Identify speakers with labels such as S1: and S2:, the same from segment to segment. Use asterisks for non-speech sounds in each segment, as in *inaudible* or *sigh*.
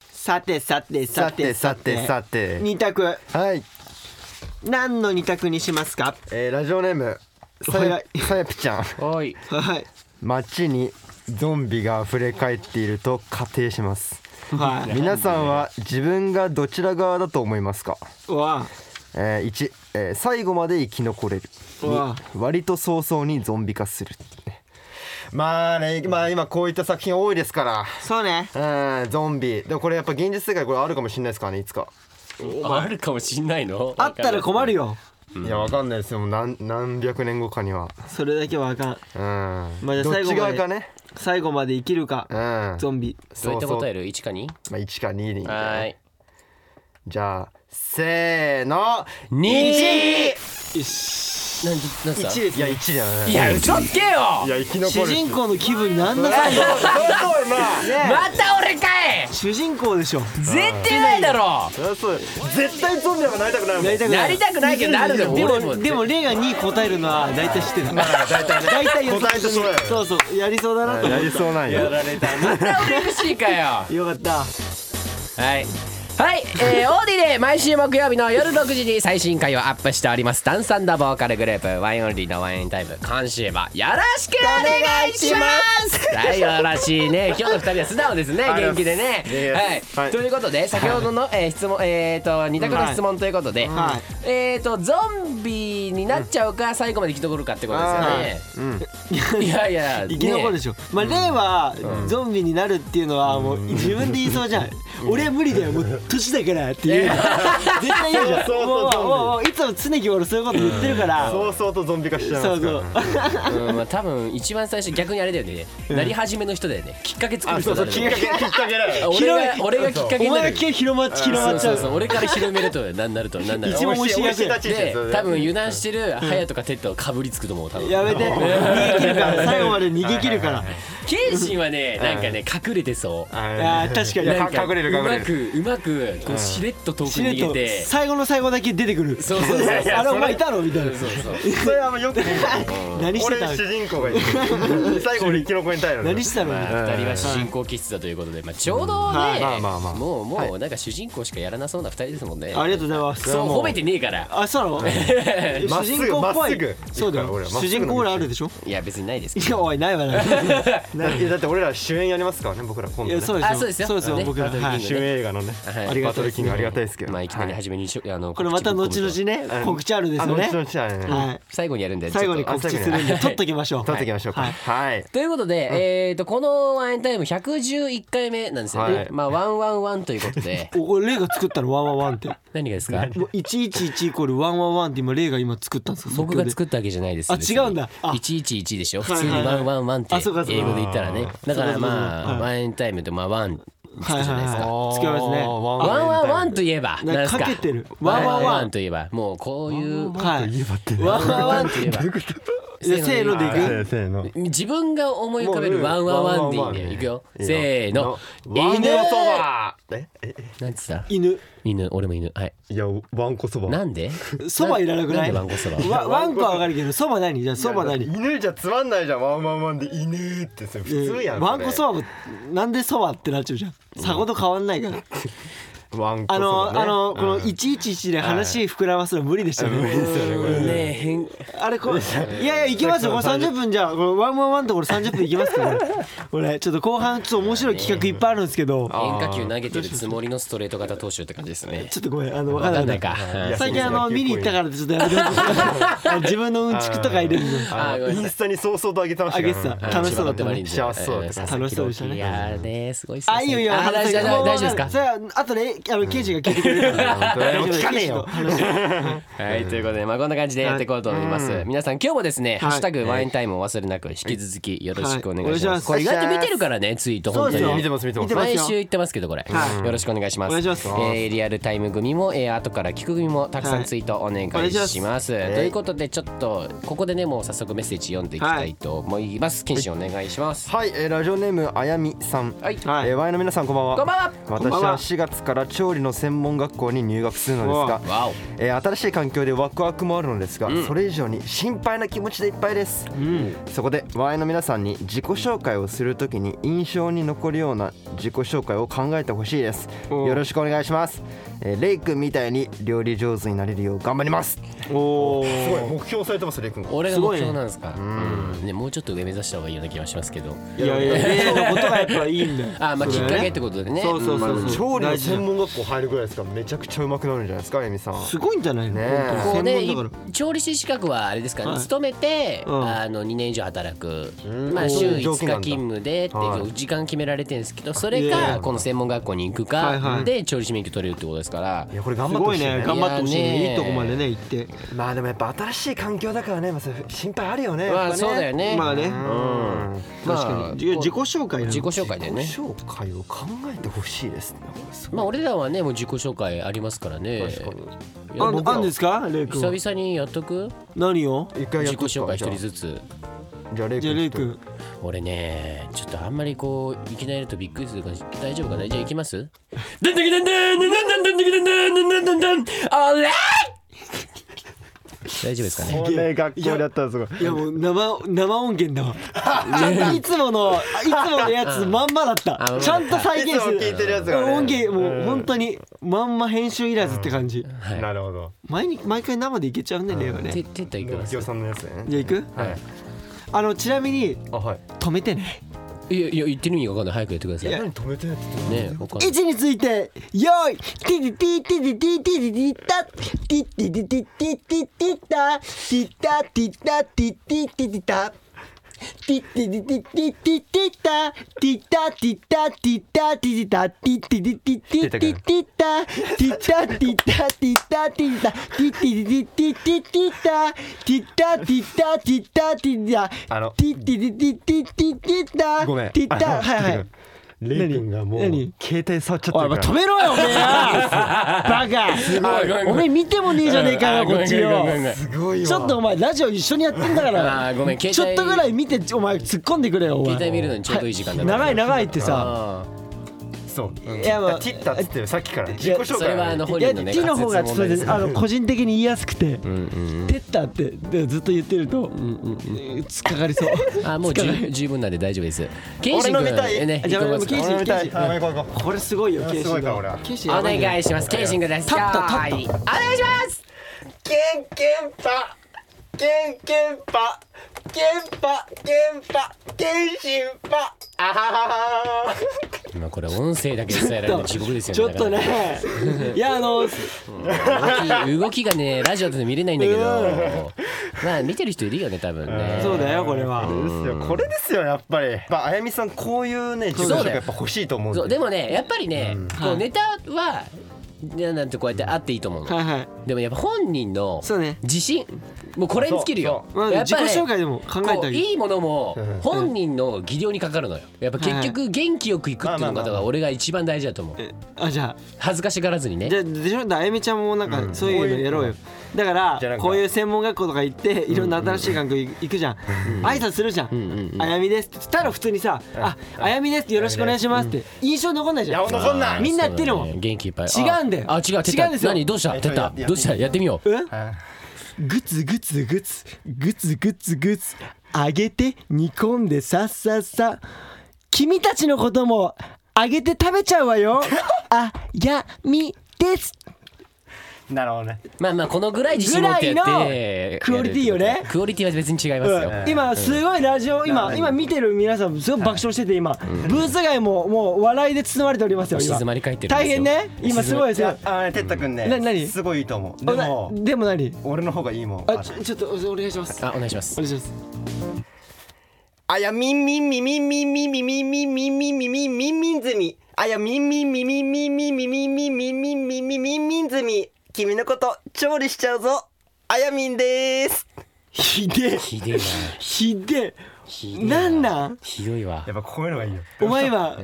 S1: さてさてさて
S2: さてさて
S1: 二択
S2: はい、
S1: 何の二択にしますか
S2: えー、ラジオネームさ
S1: は
S2: や
S1: い
S2: さやぴ *laughs* ちゃん
S3: はい
S1: はい
S2: 街にゾンビが溢れ返っていると仮定します
S1: はい
S2: 皆さんは自分がどちら側だと思いますか、
S1: うわ
S2: えー、1、えー最後まで生き残れる
S1: うわ
S2: 2割と早々にゾンビ化するまあね、まあ、今こういった作品多いですから
S1: そうね
S2: うんゾンビでもこれやっぱ現実世界これあるかもしれないですからねいつか、
S3: あるかもしんないの
S1: あったら困る
S3: よ
S1: よ
S2: いやわかんないですよもう何何百年後かには
S1: それだけはあかん
S2: うん、
S1: まあじゃあ
S2: どっ
S1: 最後まで
S2: ち側かね
S1: 最後まで生きるか
S2: うん
S1: ゾンビ
S3: どういった
S2: そう
S3: 答
S2: そう
S3: える1か 2?
S2: まあ1か2でいいんじゃない
S3: はい
S2: じゃあせーの
S3: 2
S1: よし
S3: 何何すか
S1: 1です
S2: いや
S1: ね
S2: 1じゃない
S3: いや嘘つけよ
S2: いや生き残る
S1: 主人公の気分になんなさいよ
S3: また俺かい
S1: 主人公でしょ
S3: 絶対ないだろ
S2: そりゃそう絶対ゾンビなんかなりたくないもん
S1: なりたく
S3: な
S1: ない
S3: りたくないけどなるでも
S1: で
S3: 俺
S1: も
S3: も
S1: でもレイが2答えるのは大体知ってた大体大体予
S2: 答え
S1: 測
S2: てそうだよね
S1: そうそうやりそうだなと思
S2: や
S1: っ
S2: りそうなんよ
S3: また俺 MC かよ
S1: たよかった
S3: はい。はい、えー、オーディで毎週木曜日の夜6時に最新回をアップしておりますダンサンダボーカルグループワインオンリーのワインタイム今週もよろしくお願いしますはいよろしいね今日の2人は素直ですね
S2: ありがとう
S3: 元
S2: ご
S3: 気
S2: ざい
S3: で
S2: ます
S3: ね
S2: いやいや
S3: はい、
S2: はい
S3: ということで先ほどの、えー質問えっ、と二択の質問ということで、
S1: は
S3: えっ、とゾンビになっちゃうか、最後まで生き残るかってことですよね、いやいや
S1: *laughs* 生き残るでしょ、まあレイはゾンビになるっていうのはもう自分で言いそうじゃん、俺は無理だよもう年だからっていう絶対言うじゃん
S2: そうそう
S1: もう
S2: ゾンビ
S1: もうもういつも常日頃そういうこと言ってるから、
S2: そうそうとゾンビ化しちゃい
S1: そ
S2: ま
S1: う
S2: すか
S1: そう
S2: ら
S3: うんまあ、多分一番最初逆にあれだよね、なり始めの人だよねきっかけ作
S2: あ
S3: る
S2: そ
S3: 人
S2: うそ
S3: だ
S2: う
S3: よ
S2: きっか
S3: ね
S2: け *laughs* きっかけだよ
S3: 俺が俺がきっかけに
S1: お
S3: な
S1: 前
S3: る
S1: だけ広まっ広まっちゃ
S3: そううそう俺から広めるとなんなるとなんなる
S1: 一番美味しいやつ
S2: 美味しい立ち位置で
S3: です
S2: よね
S3: 多分油断してるハヤとかテッドをかぶりつくと思う多分
S1: やめて逃げ切るから最後まで逃げ切るから
S3: 謙信はねなんかね隠れてそう
S1: あー確かに
S3: な
S2: や
S3: んか
S2: 隠れる隠れ
S3: うまくうまくこうしれっと遠く
S1: し
S3: に
S1: れ
S3: 逃
S1: っ
S3: げ
S1: と
S3: て
S1: 最後の最後だけ出てくる
S3: そうそうそうそう
S1: *laughs* あれお前いたのみたいな
S3: そうそう
S2: それはあんまよくない
S1: *laughs* 何して
S2: 俺
S1: たの
S2: 主人公がいる最後俺生き残りたいのね
S1: 何してたのみたいな
S3: 二人は主人公気質だということで、まあ、ちょうどね、
S1: はい
S2: まあまあまあ
S3: もうもうなんか主人公しかやらなそうな二人ですもんね、
S1: ありがとうございます
S3: そう褒めてねえから
S1: あそうなの主人公っぽい
S2: まっすぐ
S1: そうだ
S2: いいから
S1: よ
S2: 俺はまっすぐ
S1: 主人公ぐらいあるでしょ
S3: いや別にないですけ
S1: い
S3: ど
S1: やおいないわないい
S2: いやだって俺ら主演やりますからね僕ら今度
S1: や
S2: ね
S1: そう
S3: あそう
S1: で
S3: です
S1: すよ
S3: よ
S1: そうですよ
S3: ね
S1: 僕ら
S3: あと
S1: はい
S2: 主演映画のね
S3: はい
S1: ありが
S2: バ
S1: た
S2: ト
S1: いで
S2: ル
S1: す
S2: キングありがたいですけど
S3: まあいきな
S2: は
S3: り
S2: い
S3: 初めにしょ、 *laughs* あの
S1: これまた後々ね
S2: はい
S1: 告知あるんです
S2: あ
S1: よ
S2: 後
S1: ね
S2: 々じゃあね
S1: はい
S3: 最後にやるんで
S1: 最後に
S3: ちょっ
S1: 告知す
S2: あ
S1: る
S2: 最
S1: んで取っときましょう
S2: 撮っていきましょうか
S1: はい
S2: はい
S3: *laughs* ということで、えー、とこのワインタイム111回目なんですよね、
S2: はい
S3: まあワンワンワンというこ
S1: *laughs*
S3: とで
S1: おこれレイが作ったのワンワンワンって
S3: 何がですか
S1: もう111イコールワンワンワンって今レイが今作ったんですか即興
S3: 僕
S1: で
S3: が作ったわけじゃないです
S1: あ違うんだあ
S3: 111でしょ
S1: はいは
S3: 普通
S1: い
S3: に
S1: はい
S3: ワンワンワンって
S1: あそうかそうか
S3: 英語で言ったらねだからまあ、
S1: はい
S3: ワインタイムとまあワン
S1: はいはいはい作りますね
S3: ワンワンワンといえば
S1: なんか
S3: 何ですか
S1: かけてる
S3: ワ
S1: ワ
S3: ン
S1: ン
S3: ワ
S1: ワ
S3: ン
S1: ン
S3: ワ
S1: ワ
S3: ン
S1: ン
S3: といえばもうこういう
S1: はい
S3: ワンワンワンといえば
S1: じゃあせーのでいく
S2: せーの
S3: 自分が思い浮かべるワンワンワンでいいんだよ。いくよ。せーの。
S2: ワンコ
S3: 犬
S2: そばええ
S3: なんつった
S1: 犬
S3: 犬、俺も犬。はい。
S2: いやワンコそば
S3: なんで
S1: そばいらなくない
S3: んでワンコそば
S1: わワンコはわかるけどそば何じゃあそば何
S2: 犬じゃつまんないじゃんワンワンワンで犬ってそれ普通やん
S1: ワンコ
S2: ば
S1: そばもなんでそばってなっちゃうじゃんさほど変わんないから
S2: ワンコ
S1: あ
S2: そば
S1: の
S2: ね
S1: あのこの
S2: うん
S1: 111で話膨らますの無理でした
S2: 無理
S1: ね
S2: ですよねこれ
S3: ねえ、変。
S1: あれこういやいや行きますよこれ30分じゃあこのワンワンワンとこれ30分行きますからこれちょっと後半ちょっと面白い企画いっぱいあるんですけど
S3: 変化球投げてるつもりのストレート型投手って感じですね。
S1: ちょっとごめんあの分か
S3: わ
S1: んなか
S3: か
S1: っ
S3: ん
S1: た
S3: ないか。
S2: や
S1: 最近あ
S2: そ
S1: の
S2: うですね
S1: 見に行ったからってちょっとやめてほしいあ自分のうんちくとか入れるの
S3: あ
S2: あ
S3: ごめんなさい
S2: インスタに早々とあげてましたからね
S1: あげてた楽しそうだったね
S2: 幸せそうだった
S1: 楽しそうでしたね
S3: いやーね、すごいっすね
S1: あいいよいいよ
S3: あ大丈夫
S1: もう
S3: 大丈夫ですか
S1: それはあとねあの刑事が聞いてくれるから
S2: 本当だよ
S1: 大丈夫
S2: 聞かねえよ
S1: 刑事と話して
S3: はい、ということで、まあ、こんな感じでやっていこうと思います。皆さん、今日もですね、ハッシュタグワインタイムを忘れなく、引き続きよろしくお願いし
S1: はいお願
S3: ま。
S1: いしますす
S3: これ意外と見てるからね、ツイート、
S1: そう
S3: 本
S1: で
S3: 当
S1: す
S3: に
S1: よ
S3: ね。
S2: 見てます見てます
S1: 見てます
S3: 毎
S1: よ
S3: 週言ってますけどこれ、
S1: はい
S3: よろしくお願いします
S1: お願いします
S3: えーリアルタイム組も、えー後から聞く組もたくさんツイートお願いし
S1: はいお願い
S3: ます,、
S1: し
S3: ということでちょっとここでねもう早速メッセージ読んでいきたいと思います、謙信お願いします
S2: はい、えーラジオネームあやみさん、
S3: はい
S2: えーワインの皆さんこんばんは
S3: こんばんは
S2: 私
S1: こんばん
S2: は
S1: は
S2: 4月からから調理の専門学校に入学するのです
S3: わ
S2: が
S3: お、
S2: えー新しい環境でワクワクもあるのですが、それ以上に心配な気持ちでいっぱいです、そこでワイの皆さんに自己紹介をするときに印象に残るような自己紹介を考えてほしいですよろしくお願いします、えーレイ君みたいに料理上手になれるよう頑張ります
S1: おお
S2: すごい目標されてますレイ君
S3: 俺が
S1: す
S3: 目
S1: ごいね
S3: 標なんですかうんねもうちょっと上目指した方がいいような気がしますけど
S1: いやいや例のことがやっぱいいんだよ
S3: あーまあきっ
S1: そ
S3: か
S1: うだよ
S3: け
S1: ね
S3: ってことでね
S1: そうそう
S3: うん
S1: そうそう
S2: 調理の
S1: 大事な
S2: 専門学校入るぐらいですからめちゃくちゃうまくなるんじゃないですかエミさん
S1: すごいんじゃないの
S2: ねえ
S3: こ
S1: 本
S3: う
S1: 当に
S3: ね
S1: 専門だか
S3: い調理師資格はあれですかね、
S1: はい
S3: 勤めて、
S1: うん
S3: あの2年以上働く、
S2: うん
S3: まあ、
S2: そう
S3: 週
S2: いう
S3: 5
S2: 条
S3: 日
S2: 件なん
S3: 勤
S2: だ
S3: 務でって、
S2: はい
S3: 時間決められてるんですけどそれ
S1: いやい
S3: か
S1: や
S3: この専門学校に行く
S1: はいは
S3: か
S1: い
S3: で調理師免許取れるってことですから
S2: いやこれ頑
S1: ら
S2: 張
S1: すご
S2: ってほし
S1: い
S2: い
S1: ね
S2: ね
S1: 頑張ってほしい
S3: いやね
S1: ねいいとこまでね行って
S2: まあでもやっぱ新しい環境だからね、まあ、それ心配あるよね
S3: ま
S2: やっ
S3: あ
S2: ぱ
S3: そうだよね、
S1: まあね
S2: うん
S3: まあ
S1: 確かにじ自己紹介なの
S3: 自己紹介だよね
S2: 自己紹介を考えてほしいですね
S3: まあ俺らはねもう自己紹介ありますからね
S2: 確かに
S3: いや
S1: あ
S3: 僕
S1: んあんですかレイ君は
S3: 久々にやっとく
S1: 何を
S2: 一回やっと
S3: 自己
S2: くか
S3: 紹介一人
S2: じゃ
S3: ずつ
S2: あじゃあレイ
S1: じゃあ
S2: 君
S1: レイ君
S3: 俺ねちょっとあんまりこういきなりやるとびっくりするから大丈夫かなじゃあいきますでんできでんでんでんでんでんでんでんでんでんでんでんでんでんあれ大丈夫ですかね
S2: これ学校でやったらすごい
S1: いやもう生生音源だ
S2: *laughs*
S1: わちゃんといつものいつものやつまんまだっ
S3: あ
S1: たちゃんと再現
S2: いつも
S1: する
S2: 聞いてるやつがね
S1: 音源もう本当にまんま編集いらずって感じ
S3: はい
S2: なるほど
S1: 毎日毎回生でいけちゃうねレイはね
S3: て
S1: じゃ
S3: てったいき
S2: でも
S3: ま
S2: き
S3: す
S2: よさんのやつね
S1: あ行く
S2: はい
S1: あのちなみに
S2: あはい
S1: 止めてね
S3: いやいや言ってる意味がわかんない早くやってください
S1: い
S3: ね
S1: や
S2: 何止めてって
S3: えわかんない
S1: 位置についてよーいティティティティティティティタティティティティティティティタティタティタティティティティタティティティティティティタティタティタティタティタティティティティティティティタティタティタティタティタティティティティティタティタティタティタティタ
S2: あの
S1: ティティティティティティタ
S2: ごめん
S1: ティタ
S2: あ
S1: はいは
S2: ちょっ
S1: い
S2: とレイ君がもう
S1: 何
S2: 携帯触っちゃっ
S1: お
S2: て
S1: い、お前止
S2: るから
S1: めろよ、おめえ
S3: *laughs*
S1: よ
S3: ご
S1: バ
S3: いごめん
S1: カ
S3: ごめん
S1: おめえ見てもねえじゃねえか
S3: あ
S1: よ、
S3: ご
S1: こ
S3: め
S1: っ
S3: ん
S1: ち
S3: ご
S1: よ
S3: めんごめんごめん
S2: すごいわ
S1: ちょっとお前、ラジオ一緒にやってんだか
S3: あ
S1: ら
S3: ーごめん携帯
S1: ちょっとぐらい見て、お前、突っ込んでくれよ、お前
S3: 携帯見るのにちょうどいい時間だから
S1: 長い長いってさ
S3: あ
S2: そう
S1: い
S2: い
S1: やまあ
S2: 切ったっつってるさっきから自己
S3: ー
S2: 紹
S3: それ
S2: 介
S3: はあの本
S1: いや、
S3: 人のね
S1: T の方が
S3: 滑
S1: ちょっと
S3: 舌問題
S1: ね
S3: です
S1: あの個人的に言いやすくて「てった」ってでずっと言ってると突っかかりそう
S3: あーもう十十分なんで大丈夫ですケイシ
S2: 俺の
S3: 君
S2: 見たい
S3: ね
S1: じゃあ
S3: 行きます
S1: ケイシ
S2: 俺みた
S1: ケイ
S2: い
S1: シ
S2: あ行こう行
S1: *laughs*
S2: こ
S1: これすごいよ、
S2: う
S1: ケイシ
S2: すごいから
S1: ー
S2: 俺
S1: が
S2: は
S1: ケイシ
S3: お
S1: ーやばい
S3: 願いしますケイシングです
S1: 立った立った
S3: よーいお願いします
S2: ケンケンパケンケンパケンパケンパケンシンパあははは
S3: 今これ音声だけで伝えられるの地獄ですよ
S1: ちょっ
S3: ね
S1: と
S3: だか
S1: ねいや、あ
S3: *laughs*
S1: の
S3: ら動き動きがねラジオだと見れないんだけどまあ見てる人いるよね多分ね
S1: そうだよ、これは
S2: ですよこれですよやっぱりやっぱあやみさんこういうね自己
S3: そう
S2: 紹
S3: だ
S2: 介
S3: よ
S2: やっぱ欲しいと思うん
S3: そうでもねやっぱりねこ
S1: は
S3: う
S1: い
S3: ネタはななんてこうやってあっていいと思う
S1: はい
S3: の
S1: はい
S3: でもやっぱ本人の
S1: そうね
S3: 自信もうこれに尽きるよ
S1: まあ
S3: やっ
S1: 自
S3: ぱ
S1: 己
S3: ね
S1: 紹介でも考え
S3: こ
S1: た
S3: う
S1: り
S3: いいものも
S2: ん
S3: 本人の技量にかかるのよやっぱ結局元気よくいくっていうの
S2: まあまあま
S3: が
S2: あ
S3: 俺が一番大事だと思う
S1: えあ、じゃあ
S3: 恥ずかしがらずにね
S1: じゃあでしょあやみちゃんもなんかそういうのやろうよ、だから
S2: じゃあなんか
S1: こういう専門学校とか行っていろんな新しい環境い行くじゃん、挨拶するじゃん,、あやみですって言ったら普通にさ「ああやみですよろしくお願いします」って印象残んないじゃん
S2: いや残んない
S1: みんなやってるも
S3: そうだね
S1: ん
S3: 元気いっぱい
S1: 違うんだよ
S3: ああ違うてっ
S1: 違
S3: た
S1: うんですよ
S3: 何どうした
S2: え
S3: てっ
S2: ちょ
S3: た
S2: っとや
S3: どうしたやってみよう
S1: うんグツグツグツグツグツグツ揚げて煮込んでさっさっさ君たちのことも揚げて食べちゃうわよあやみです
S2: なるほどね
S3: まあまあこのぐらい自信持ってやっ
S1: ぐらいの
S3: て
S1: クオリティよね
S3: クオリティは別に違いますよ、
S1: うん今すごいラジオ今今見てる皆さんすごい爆笑してて今ブース外ももう笑いで包まれておりますよ今
S3: 静まり返ってるんです
S1: 大
S3: よ
S1: 変ね今すごいです
S2: じゃ
S1: よ
S2: あねてったくんね
S1: な何
S2: すごいいいと思う
S1: お
S2: で
S1: な
S2: も
S1: でも何
S2: 俺の方がいいもん
S1: あちょちょっとおお願いします
S3: あお願いします
S1: お願いします
S2: あやみんみんみみみみみみみみみみみみみんずみあやみんみんみみみみみみみみみみみみみんずみ君のこと調理しちゃうぞあやみんです
S1: ひでえ
S3: ひでえな
S1: ひで
S3: ひ
S1: え
S3: でえ
S1: なんなん
S3: ひどいわ
S2: っぱこういうのがいいよ
S1: お前今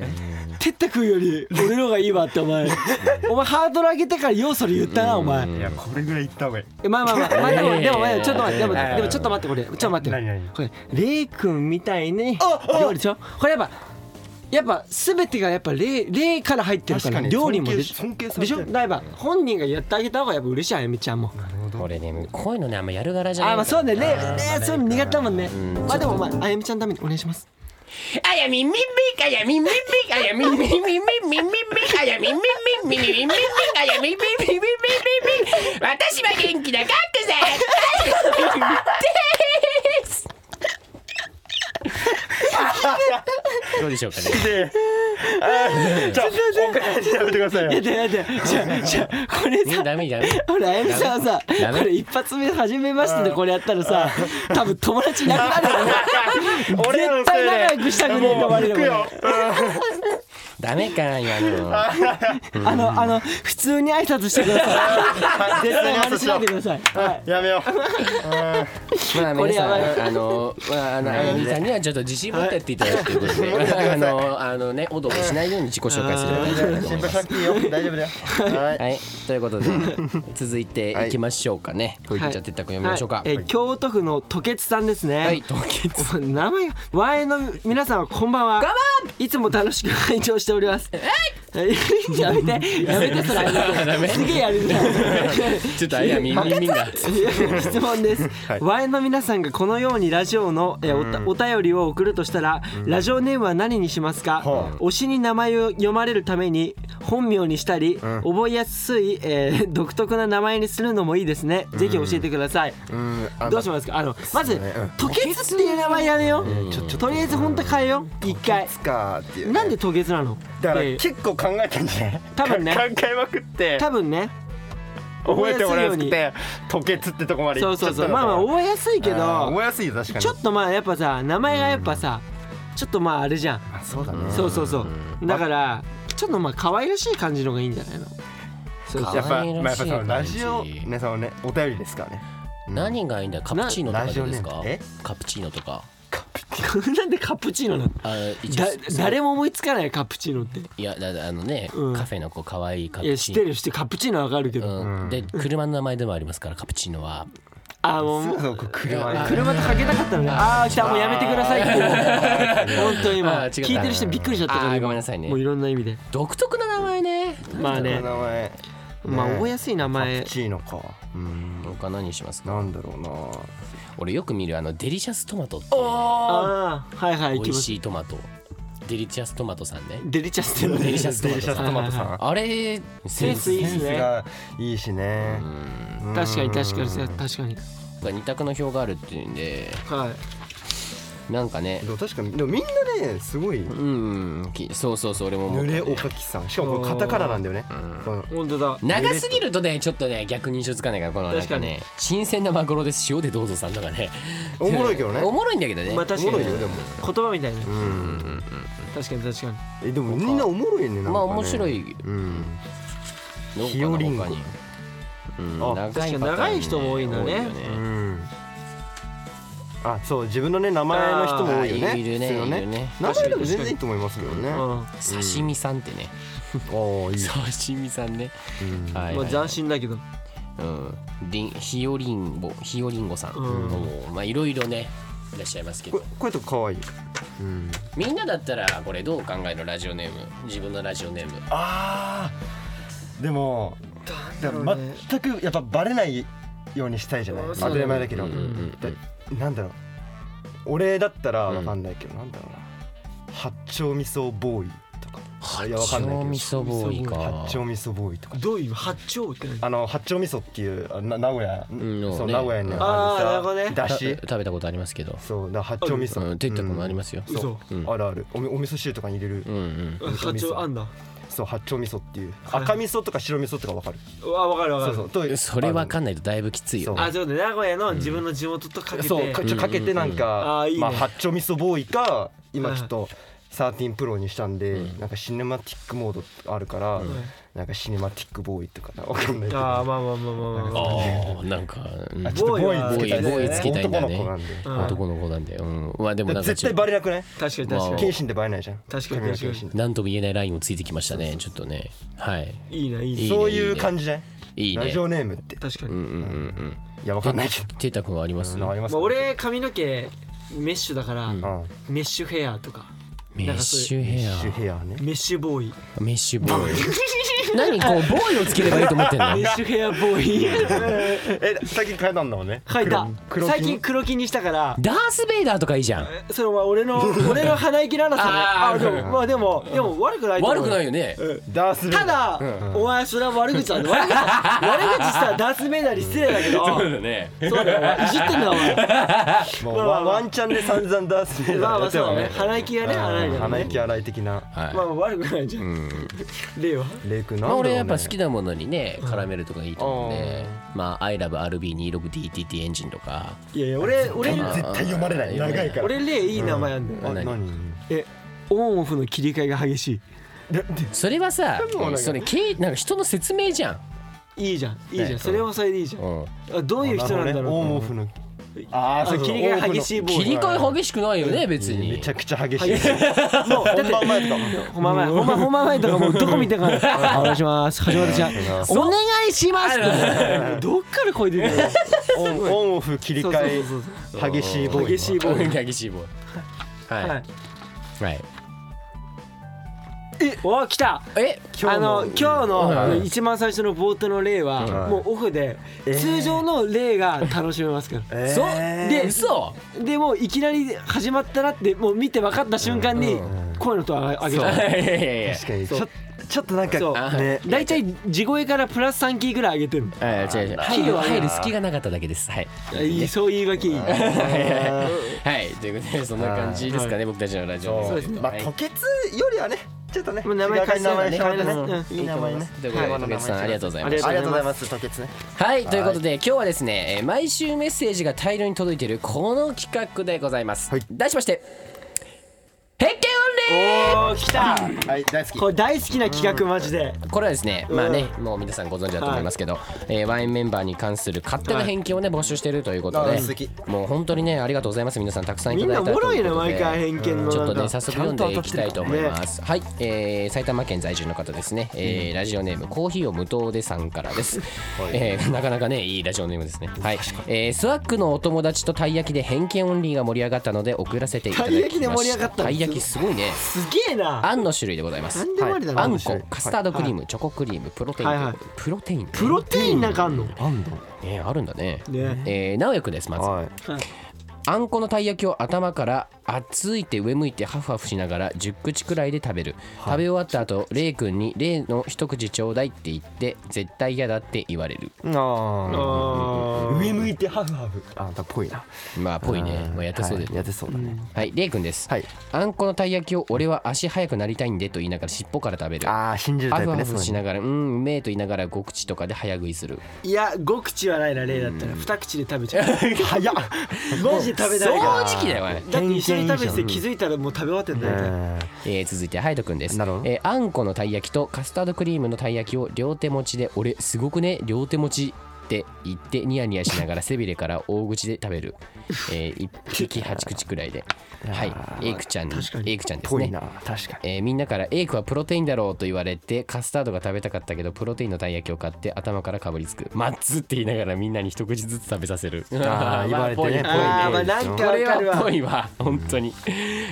S1: てったくんより俺の方がいいわってお前お前ハードル上げてから要素で言ったなお前
S2: いやこれぐらい言った方がいい
S1: えまあまあまあ、まあ、でもでもまあちょっと待ってでも
S3: いやいやいや
S1: でもちょっと待ってこれちょっと待って
S2: 何何
S1: これレイ君みたいに料理でしょこれやっぱやっぱ全てがやっぱ例例から入ってるから
S2: 確かに
S1: 料理もで
S2: 尊敬尊敬さ
S1: で
S2: れて
S1: しょ
S2: る
S1: だいば本人がやってあげた方がやっぱ嬉しいあゆみちゃんも
S3: これねこういうのねあんまやる柄じゃない
S1: あまあそうね例
S3: あー
S1: 例そういうの苦手だもんね
S3: ん
S1: まあでもまああゆみちゃんのためにお願いします
S3: あやみんみんみんあやみんみんみんあやみんみんみんみんみんみんみんあやみんみんみんみんみんみんみんあやみんみんみんみんみんみんみんみん私は元気なカックさんですどうでしょうかね
S2: で、ちょ、おかしいやめてくださいよ
S1: いや。だやだじゃあじゃあこれさ
S3: ダメダメ
S1: ほらあゆみさんはさ
S3: ダメ
S1: これ一発目初めましてでこれやったらさ多分友達いなくなるよね *laughs*
S2: 俺らのせいで
S1: 絶対仲良くしたくねえと思われるもん
S2: もう行くよ
S3: ダメか今の
S1: あのあの普通に挨拶してくだ *laughs* さい絶対真似しないでくださいはい
S2: やめよ
S3: まあ
S1: これ
S3: 皆
S1: や
S3: さ
S1: ばい
S3: んあのまああのあゆみさんにはちょっと自信持ってやっていただくということで、あのあのねおどおどしないように自己紹介すれば大丈夫だ
S2: う。
S3: と思
S2: 心
S3: い
S2: 配しな。
S3: ます
S2: くていいよ。大丈夫だよ。はい。
S3: はい、ということで続いていきましょうかね。
S1: はい
S3: じゃあてったく読みましょうか。
S1: はいえー京都府の吐血さんですね。
S3: はい、凍結。
S1: お名前がワイの皆さんこんばんは。いつも楽しく拝聴しております。はい。 *laughs* やめてやめてそれ。
S3: ダメ
S1: すげえ *laughs* やるじゃん。
S3: ちょっとあやみんみんが。
S1: 質問
S2: *laughs*
S1: です。ワイの皆さんがこのようにラジオのえーおたお便りを送るとしたらラジオネームは何にしますか。
S2: は
S1: 推しに名前を読まれるために本名にしたり覚えやすいえー *laughs* 独特な名前にするのもいいですね。ぜひ教えてください。
S2: うん、あ
S1: どうしますかあのまず
S2: ねうん
S1: 「吐血」っていう名前やめようちょちょとりあえず本当変えよう一回
S2: つかっていうね。
S1: なんで吐血なの
S2: だから
S1: えー
S2: 結構考えたんじゃない
S1: 多分ね
S2: か考えまくって
S1: 多分ね
S2: 覚えてもらえなくて吐血ってとこまで
S1: そ
S2: 行っ
S1: う
S2: ちゃ
S1: そうそう
S2: ったの
S1: まあ
S2: か
S1: まあ覚えやすいけ
S2: あー覚
S1: ど
S2: えやすいよ確かに
S1: ちょっとまあやっぱさ名前がやっぱさちょっとまああれじゃん
S2: あそうだね
S1: そうそうそうだからちょっとまあ可愛らしい感じの方がいいんじゃないの *laughs* そう
S3: か
S2: やっぱ、まあ、
S3: 可愛
S2: やっ
S3: ら
S2: ぱ
S3: しい
S2: そのラ
S3: 感じ
S2: ジオねそのねお便りですからね
S3: 何がいいんだよカプチーノとかどうですか
S2: なラジオネームえ
S3: カプチーノとか
S1: そうなんでカプチーノなの
S3: あ一
S1: だ
S3: 応
S1: 誰も思いつかないカプチーノって
S3: いやだだあのね、
S1: うん
S3: カフェのこう可愛いカ
S1: い
S3: プ
S1: や知
S3: チ
S1: っ
S3: ー
S1: て
S3: ノ
S1: る知ってるカプチーノはわかるけど
S3: うん、で車の名前でもありますからカプチーノは
S1: あーも
S2: そううそう車に
S1: 車とかけたかったのね。ああ、来た、もうやめてください
S3: *laughs*
S1: って。本当に今、
S3: あー違った
S1: 聞いてる人びっくりしちゃったか
S3: あ
S1: ら、
S3: ー
S1: 今
S3: ごめんなさいね
S1: もういろんな意味で。
S3: 独特な名前ね
S1: まあね、
S2: 名前
S1: まあ
S2: ね
S1: 覚えやすい名前
S2: カプ。チーノかうん
S3: 他何にしますか
S2: なんだろうな
S3: 俺よく見るあのデリシャストマトって
S1: ああ、はいはい、
S3: 美
S1: 行き
S3: 味
S1: ます。
S3: しいトマトデリシャストマトさんね
S1: デリチャスっていうの
S3: デリシャストマ
S2: デ
S3: ト
S2: リシ
S3: さ
S2: ャ
S3: ん
S2: ストマトさん
S3: あれセンス
S1: いいっすね
S2: センスがいいしねうん
S1: 確かに確かに確かに。
S3: が二択の表があるっていうんで
S1: はい。
S3: なんかね
S2: でも確かにでもみんなねすごい
S3: うんきそうそうそう俺も思う
S2: 濡れおかきさんしかもこれカタカナなんだよねこの
S1: 本当だ。
S3: 長すぎるとねちょっとね逆に印象つかないからこのなんかね新鮮なマグロです塩でどうぞさんとかね
S2: おもろいけどね
S3: おもろいんだけどね
S1: まあ確か
S2: おも
S1: に
S2: ろいよで
S1: 言
S2: も
S1: 葉みたいな。
S2: うん
S1: 確かに確かに。
S2: えでもみんなおもろいねなんかね
S3: まあ面白い
S2: うん
S3: どうかな
S2: ひよりんご
S3: 他にうん
S2: あ
S3: 長い
S1: 確かに
S3: パターン
S1: 長い人も多いんだね
S3: よ
S2: うんあそう自分のね名前の人も多いよ
S3: あー
S2: ね
S3: いるね
S2: 普通の
S3: いるね
S2: 名前でも全然いいと思いますけどね
S1: うん。
S2: あ
S1: ま
S3: 刺身さんってね
S2: あいい
S3: 刺身さんね
S2: うん
S3: はい
S1: あ斬新だけど。
S3: うんりんひよりんごひよりんごさん
S1: うん
S3: もうまあいろいろねいらっしゃいますけ
S2: こ
S3: ど
S2: れこれとか可愛いうん
S3: みんなだったらこれどう考えるラジオネーム自分のラジオネーム
S2: あーでもだから全くやっぱバレないようにしたいじゃない
S1: うん
S2: 当たり前だけど
S3: うんうん
S2: でなんだろう俺だったら
S3: うん
S2: わかんないけど、なんだろうな八丁味噌ボーイとか
S3: 八
S2: いやわかんないけど
S3: 丁味噌ボーイか
S2: 八丁味噌ボーイとか
S1: どういう八丁って何
S2: あの八丁味噌っていうあな名古屋、
S3: ん
S2: そう
S3: ね
S2: 名古屋に
S1: あーなるほどね
S2: だ
S3: た
S2: し
S3: 食べたことありますけど
S2: そうだから八丁味噌、
S3: うんてったことありますよ
S2: うん
S1: 嘘
S2: そうあるあるおみお味噌汁とかに入れる、
S3: うんうん
S1: 八丁あんだ。
S2: そう八丁味噌っていう赤味噌とか白味噌とかわかる、
S1: うわ、わかるわか
S2: そう
S1: る
S2: そ。うと
S3: それわか
S2: ん
S3: んないとだいぶきついよね
S2: そう
S1: あ、そうね、名古屋の自分の地元とかけて。
S2: そうかちょっとかけてなんか、
S1: うんうんうんあーいいね
S2: まあ八丁味噌ボーイか今ちょっと13プロにしたんで、
S3: うん
S2: なんかシネマティックモードあるから、なんかシネマティックボーイとかなわかんないけど
S1: あー
S2: あ
S1: まあまあまあまあまあまあ。
S3: あーなんかうん
S2: ちょっとボーイつけたいんだよ
S1: ボーイつけ
S3: たいんだね
S2: 男の子なんで、
S1: うん
S3: 男の子なんでうんうわでもなんか
S2: 絶
S3: ちょ
S2: 対
S3: っと
S2: バレなくない
S1: 確かに確か
S3: まあ
S1: に。
S2: 謙信でバレないじゃん
S1: 確かに
S2: 神谷
S1: 確かに
S2: 謙信って
S3: なんとも言えないラインをついてきましたねちょっとねはい
S1: いいな、いい
S3: いい
S1: な。
S3: ね
S2: そういう感じじゃない
S3: いい
S2: ラ
S3: ね
S2: ジオネームって
S1: 確か
S3: うん
S1: に。
S3: うんうん
S2: いやわ
S3: う
S2: かん
S3: ん
S2: ないけど
S3: てったくんはあります
S2: あります
S1: まあ、俺、髪の毛メッシュだから、
S2: うん
S1: メッシュヘアとか。
S3: メ
S1: なん
S3: ッ
S1: かそう
S3: シ
S1: いう
S3: ュヘ
S2: ッシュヘアね
S1: メッシュボーイ
S3: アメッシュボーイ *laughs* 何こうボーイをつければいいと思ってんの
S1: *laughs* メッシュヘアボーイ
S2: え最近変えたんだもんね
S1: *laughs* 書いた
S2: 黒
S1: 最近黒木にしたから
S3: ダース・ベイダーとかいいじゃん
S1: それは俺の俺の鼻息ならさ
S3: あー
S1: あでもまあでもでも悪くないと思う
S3: 悪くないよね
S2: ダースベイ
S1: た
S2: ダー
S1: だ、お前それは悪口なんだ悪口悪口したらダースベイダーに失礼だけど
S3: だね
S1: そうだよお前いじってんだお前
S2: もう
S1: まあまあ
S2: ワンワンチャンで散々ダースベイダー
S1: まあまあそうだ
S2: や
S1: ね
S2: ってたもん
S1: 鼻息がね
S2: う
S1: 鼻
S2: ん
S1: 息が
S2: 鼻
S1: ね
S2: 息荒い的な
S3: はい
S1: まあまあ悪くないじゃん例は
S2: レイ君なん
S3: ま
S2: だろ
S3: あ
S2: うね
S3: 俺やっぱ好きなものにね絡めるとかいいと思うんでまあ ILOVERB26DTT エンジンとか
S1: いやいや俺俺
S2: 絶対読まれない長いから
S1: 俺例いい名前なんだよ、
S2: あ何
S1: えオンオフの切り替えが激し
S3: それはさ
S2: もなんか
S3: それけいなんか人の説明じゃん
S1: いいいじゃんいいじゃん
S3: ね
S1: それはそれでいいじゃん、あどういう人なんだ
S2: あなるほどねオン
S1: ろ
S2: オフのああ
S1: う
S2: それ切り替え激しい
S1: ボ
S3: 切り
S1: え
S3: 替え激しくないよね別に
S2: めちゃくちゃ激しい
S1: 激しいも *laughs* うだって
S2: 本番前とかも
S1: 本番前本番本番前とかもうどこ見てからお願いします橋本ちゃんお願いしますどっから声出てるの
S2: オンオンオフ切り替え激しいボーイ
S1: 激しいボーイ
S3: 激しいボーイ
S1: は
S3: はいいはい
S1: えお来た
S3: え
S1: あの今日のあ
S3: う
S1: の
S3: ん
S1: 一番最初の冒頭の例は
S2: うん
S1: もうオフで
S2: ー
S1: 通常の例が楽しめます
S3: *laughs*
S1: から
S2: えー
S3: そう
S1: で
S3: で嘘
S1: でもういきなり始まったなってもう見て分かった瞬間に声の音を上げ上げ
S3: *laughs* い
S1: た
S3: やいやいや
S2: 確かにちょちょっとなん
S1: そう
S2: かね
S1: 大体地声からプラス3キーぐらい上げてる
S3: えー違う違う入る入る隙がなかっただけですはい
S1: いいそういうわけいい
S3: *laughs* はいということでそんな感じですかね僕たちのラジオ
S2: そう
S1: ですね
S2: まあ
S3: はい
S2: 吐血よりはねちょっとね
S1: もう名前
S2: 違う名前
S1: 変え
S2: 変え
S1: たね
S2: てね
S1: うん
S2: いい名前ね
S3: ということで竹内さんありがとうございま
S1: あり
S3: し
S1: がとう
S2: あ
S3: た
S2: りがとうございます吐血ね
S3: はいということで今日はですねえー毎週メッセージが大量に届いているこの企画でございます
S2: はい
S3: 題しまして「偏見オンリー」
S1: おお来た
S2: はい大好き
S1: これ大好きな企画マジで
S3: これはですね、まあね、もう皆さんご存知だと思いますけど、えーワインメンバーに関する勝手な偏見をね、募集しているということ
S2: あ
S3: で
S2: ー素敵、
S3: もう本当にね、ありがとうございます。皆さんたくさんい
S1: み
S3: た
S1: ん
S3: だ
S1: ないおも
S3: た
S1: ろい
S3: と
S1: な
S3: うこと
S1: 毎
S3: で
S1: 回偏見の
S3: ちょっ
S1: な
S3: とね
S1: んか
S3: 早速読んでいきたいと思います。はい、えー、埼玉県在住の方ですね、えーラジオネームコーヒーを無糖でさんからです。えーなかなかねいいラジオネームですね。はい、えースワックのお友達とたい焼きで偏見オンリーが盛り上がったので送らせていただきまし
S1: たい
S3: た。
S1: 焼きで盛り上がったんです
S3: たい焼きすごいね。
S1: すげえな
S3: あんの種類でございます。
S1: 何でもありだ
S3: あ
S1: なん
S3: こ、カスタードクリーム、チョコクリーム、プロテイン、
S1: はいはい
S3: プロテイン、
S1: プロテインなんかあんの
S2: あんだ
S3: えーあるんだね。
S1: ね
S3: えー、直哉くんですまず、
S2: はい
S3: あんこのたい焼きを頭から熱いって上向いてハフハフしながら10口くらいで食べる、食べ終わった後レイくんに「レイの一口ちょうだい」って言って絶対嫌だって言われる
S2: あ
S1: あ
S2: ー上向いてハフハフあだっぽいな
S3: まあぽいねまあやってそうで
S2: はいやってそうだね
S3: はい、レイくんです、
S2: はい
S3: あんこのたい焼きを俺は足速くなりたいんでと言いながら尻尾から食べるハ
S2: ああ信じるタイ
S3: フ
S2: プ
S3: ハ
S2: ね
S3: フし
S2: そう
S3: ながら「うんうめえ」と言いながら5口とかで早食いする
S1: ーいや5口はないな例だったら2口で食べちゃう
S2: いうの早っ
S1: マジで食べ
S3: 正
S1: たいから
S3: 直だよおい
S1: だって一緒に食べてて気づいたらもう食べ終わってんだよ、
S2: え
S3: えー続いてハイドくんです、え
S2: なるほど
S3: ーあんこのたい焼きとカスタードクリームのたい焼きを両手持ちで俺すごくね両手持ちって言ってニヤニヤしながら背びれから大口で食
S2: *laughs*
S3: べる、えー、1匹8口くらいではいエイクちゃんにエイクちゃんです
S2: ぽい
S3: ね
S2: な確かに
S3: えーみんなから「エイクはプロテインだろう」と言われてカスタードが食べたかったけどプロテインのたい焼きを買って頭からかぶりつく「マッツ」って言いながらみんなに一口ずつ食べさせる
S2: あー言われてね
S3: ま
S2: ぽいね
S1: あーまあなんか
S3: こ
S1: わ
S3: れ
S1: か
S3: は
S1: る
S3: っぽ
S1: わ
S3: いわ *laughs* 本当に、